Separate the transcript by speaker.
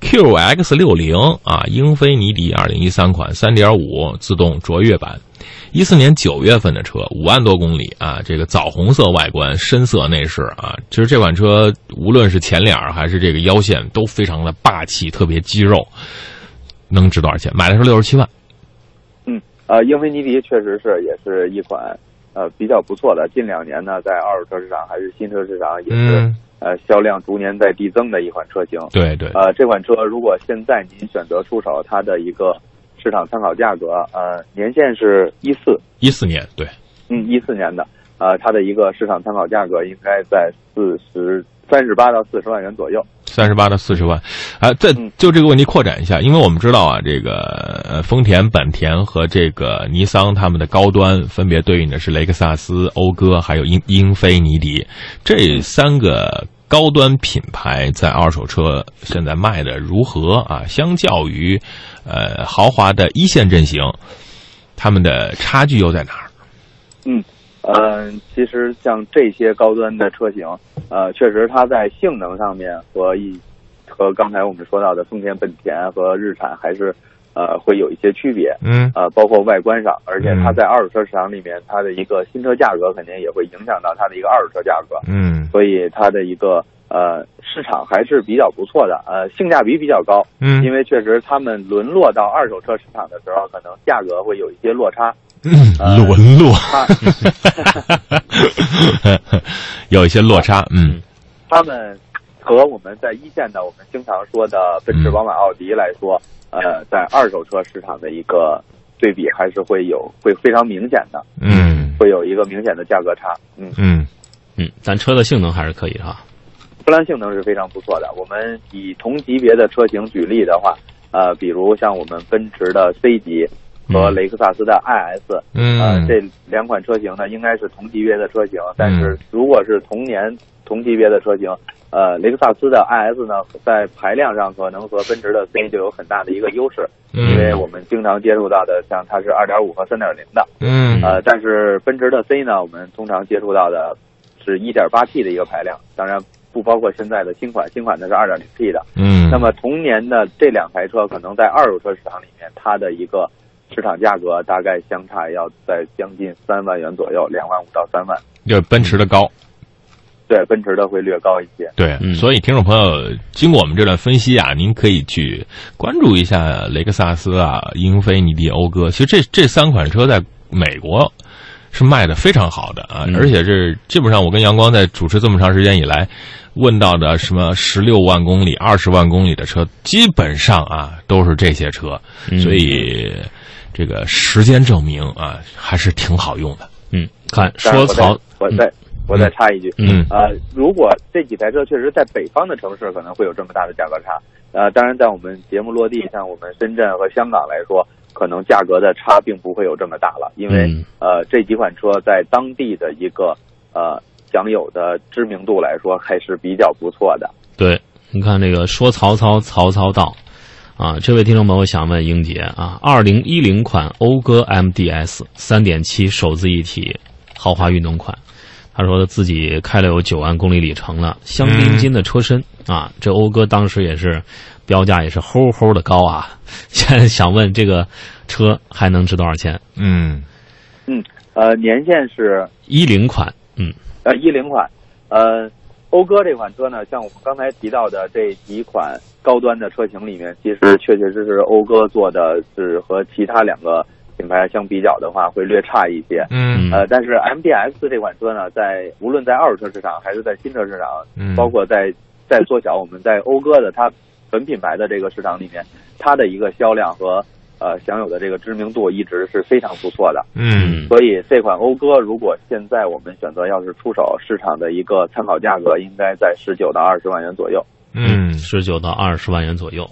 Speaker 1: QX 六零啊，英菲尼迪二零一三款三点五自动卓越版，一四年九月份的车，五万多公里啊，这个枣红色外观，深色内饰啊，其实这款车无论是前脸还是这个腰线都非常的霸气，特别肌肉，能值多少钱？买的时候六十七万，
Speaker 2: 嗯，呃，英菲尼迪确实是也是一款呃比较不错的，近两年呢，在二手车市场还是新车市场也是、
Speaker 1: 嗯，
Speaker 2: 呃销量逐年在递增的一款车型。
Speaker 1: 对对，
Speaker 2: 呃，这款车如果现在您选择出手，它的一个市场参考价格，呃，年限是一四，
Speaker 1: 一四年对，
Speaker 2: 嗯，一四年的，呃，它的一个市场参考价格应该在四十三十八到四十万元左右。
Speaker 1: 三十八到四十万，啊，再
Speaker 2: 嗯
Speaker 1: 就这个问题扩展一下，因为我们知道啊，这个呃丰田、本田和这个尼桑他们的高端分别对应的是雷克萨斯、讴歌还有英英菲尼迪
Speaker 2: 嗯
Speaker 1: 这三个高端品牌在二手车现在卖的如何啊？相较于呃豪华的一线阵型，他们的差距又在哪儿？
Speaker 2: 嗯、其实像这些高端的车型，呃，确实它在性能上面和一和刚才我们说到的丰田、本田和日产还是呃会有一些区别。
Speaker 1: 嗯
Speaker 2: 呃，包括外观上，而且它
Speaker 1: 嗯
Speaker 2: 在二手车市场里面，它的一个新车价格肯定也会影响到它的一个二手车价格，
Speaker 1: 嗯
Speaker 2: 所以它的一个呃市场还是比较不错的，呃性价比比较高，
Speaker 1: 嗯
Speaker 2: 因为确实他们沦落到二手车市场的时候，可能价格会有一些落差。 呃
Speaker 1: 沦落，
Speaker 2: 它
Speaker 1: 有一些落差，嗯
Speaker 2: 他们和我们在一线的我们经常说的奔驰、
Speaker 1: 嗯
Speaker 2: 宝马、奥迪来说，呃，在二手车市场的一个对比还是会有会非常明显的，
Speaker 1: 嗯
Speaker 2: 会有一个明显的价格差。嗯，
Speaker 1: 嗯。
Speaker 3: 嗯，咱车的性能还是可以的哈。
Speaker 2: 波兰性能是非常不错的。我们以同级别的车型举例的话，呃，比如像我们奔驰的 C 级和
Speaker 1: 嗯
Speaker 2: 雷克萨斯的 IS，、呃，
Speaker 1: 嗯，
Speaker 2: 这两款车型呢，应该是同级别的车型，但
Speaker 1: 嗯
Speaker 2: 是如果是同年同级别的车型，呃，雷克萨斯的 IS 呢，在排量上可能和奔驰的 C 就有很大的一个优势，
Speaker 1: 嗯
Speaker 2: 因为我们经常接触到的，像它是2.5和3.0的，
Speaker 1: 嗯
Speaker 2: 呃，但是奔驰的 C 呢，我们通常接触到的是 1.8T 的一个排量，当然不包括现在的新款，新款的是 2.0T 的。
Speaker 1: 嗯，
Speaker 2: 那么同年的这两台车，可能在二手车市场里面，它的一个市场价格大概相差要在将近三万元左右，两万五到三万。
Speaker 1: 就是奔驰的高，
Speaker 2: 对，奔驰的会略高一些。
Speaker 1: 对，
Speaker 3: 嗯
Speaker 1: 所以听众朋友，经过我们这段分析啊，您可以去关注一下雷克萨斯啊、英菲尼迪、讴歌，其实这这三款车在美国是卖的非常好的啊，
Speaker 3: 嗯
Speaker 1: 而且这基本上我跟阳光在主持这么长时间以来，问到的什么十六万公里、二十万公里的车，基本上啊都是这些车，
Speaker 3: 嗯
Speaker 1: 所以这个时间证明啊，还是挺好用的。
Speaker 3: 嗯，看
Speaker 2: 当然
Speaker 3: 说曹，
Speaker 2: 我再我再、我再插一句，
Speaker 3: 嗯
Speaker 2: 呃，如果这几台车确实在北方的城市可能会有这么大的价格差，呃，当然在我们节目落地，像我们深圳和香港来说，可能价格的差并不会有这么大了，因为、
Speaker 3: 嗯
Speaker 2: 呃这几款车在当地的一个呃享有的知名度来说还是比较不错的。
Speaker 3: 对，你看这个说曹操，曹操到。啊，这位听众朋友想问英杰啊，二零一零款讴歌 MDS 三点七手自一体豪华运动款，他说自己开了有九万公里里程了，香槟金的车身、啊，这讴歌当时也是标价也是齁齁的高啊， 现在想问这个车还能值多少钱？
Speaker 1: 嗯
Speaker 2: 呃，年限是
Speaker 3: 一零款，嗯
Speaker 2: 呃一零款，呃，讴歌这款车呢，像我们刚才提到的这几款高端的车型里面，其实确确实实讴歌做的是和其他两个品牌相比较的话，会略差一些。
Speaker 1: 嗯
Speaker 2: 呃，但是 MDX 这款车呢，在无论在二手车市场还是在新车市场，
Speaker 1: 嗯，
Speaker 2: 包括在在缩小我们在讴歌的它本品牌的这个市场里面，它的一个销量和呃享有的这个知名度一直是非常不错的。
Speaker 1: 嗯
Speaker 2: 所以这款讴歌，如果现在我们选择要是出手，市场的一个参考价格应该在十九到二十万元左右。
Speaker 1: 嗯
Speaker 3: 十九到二十万元左右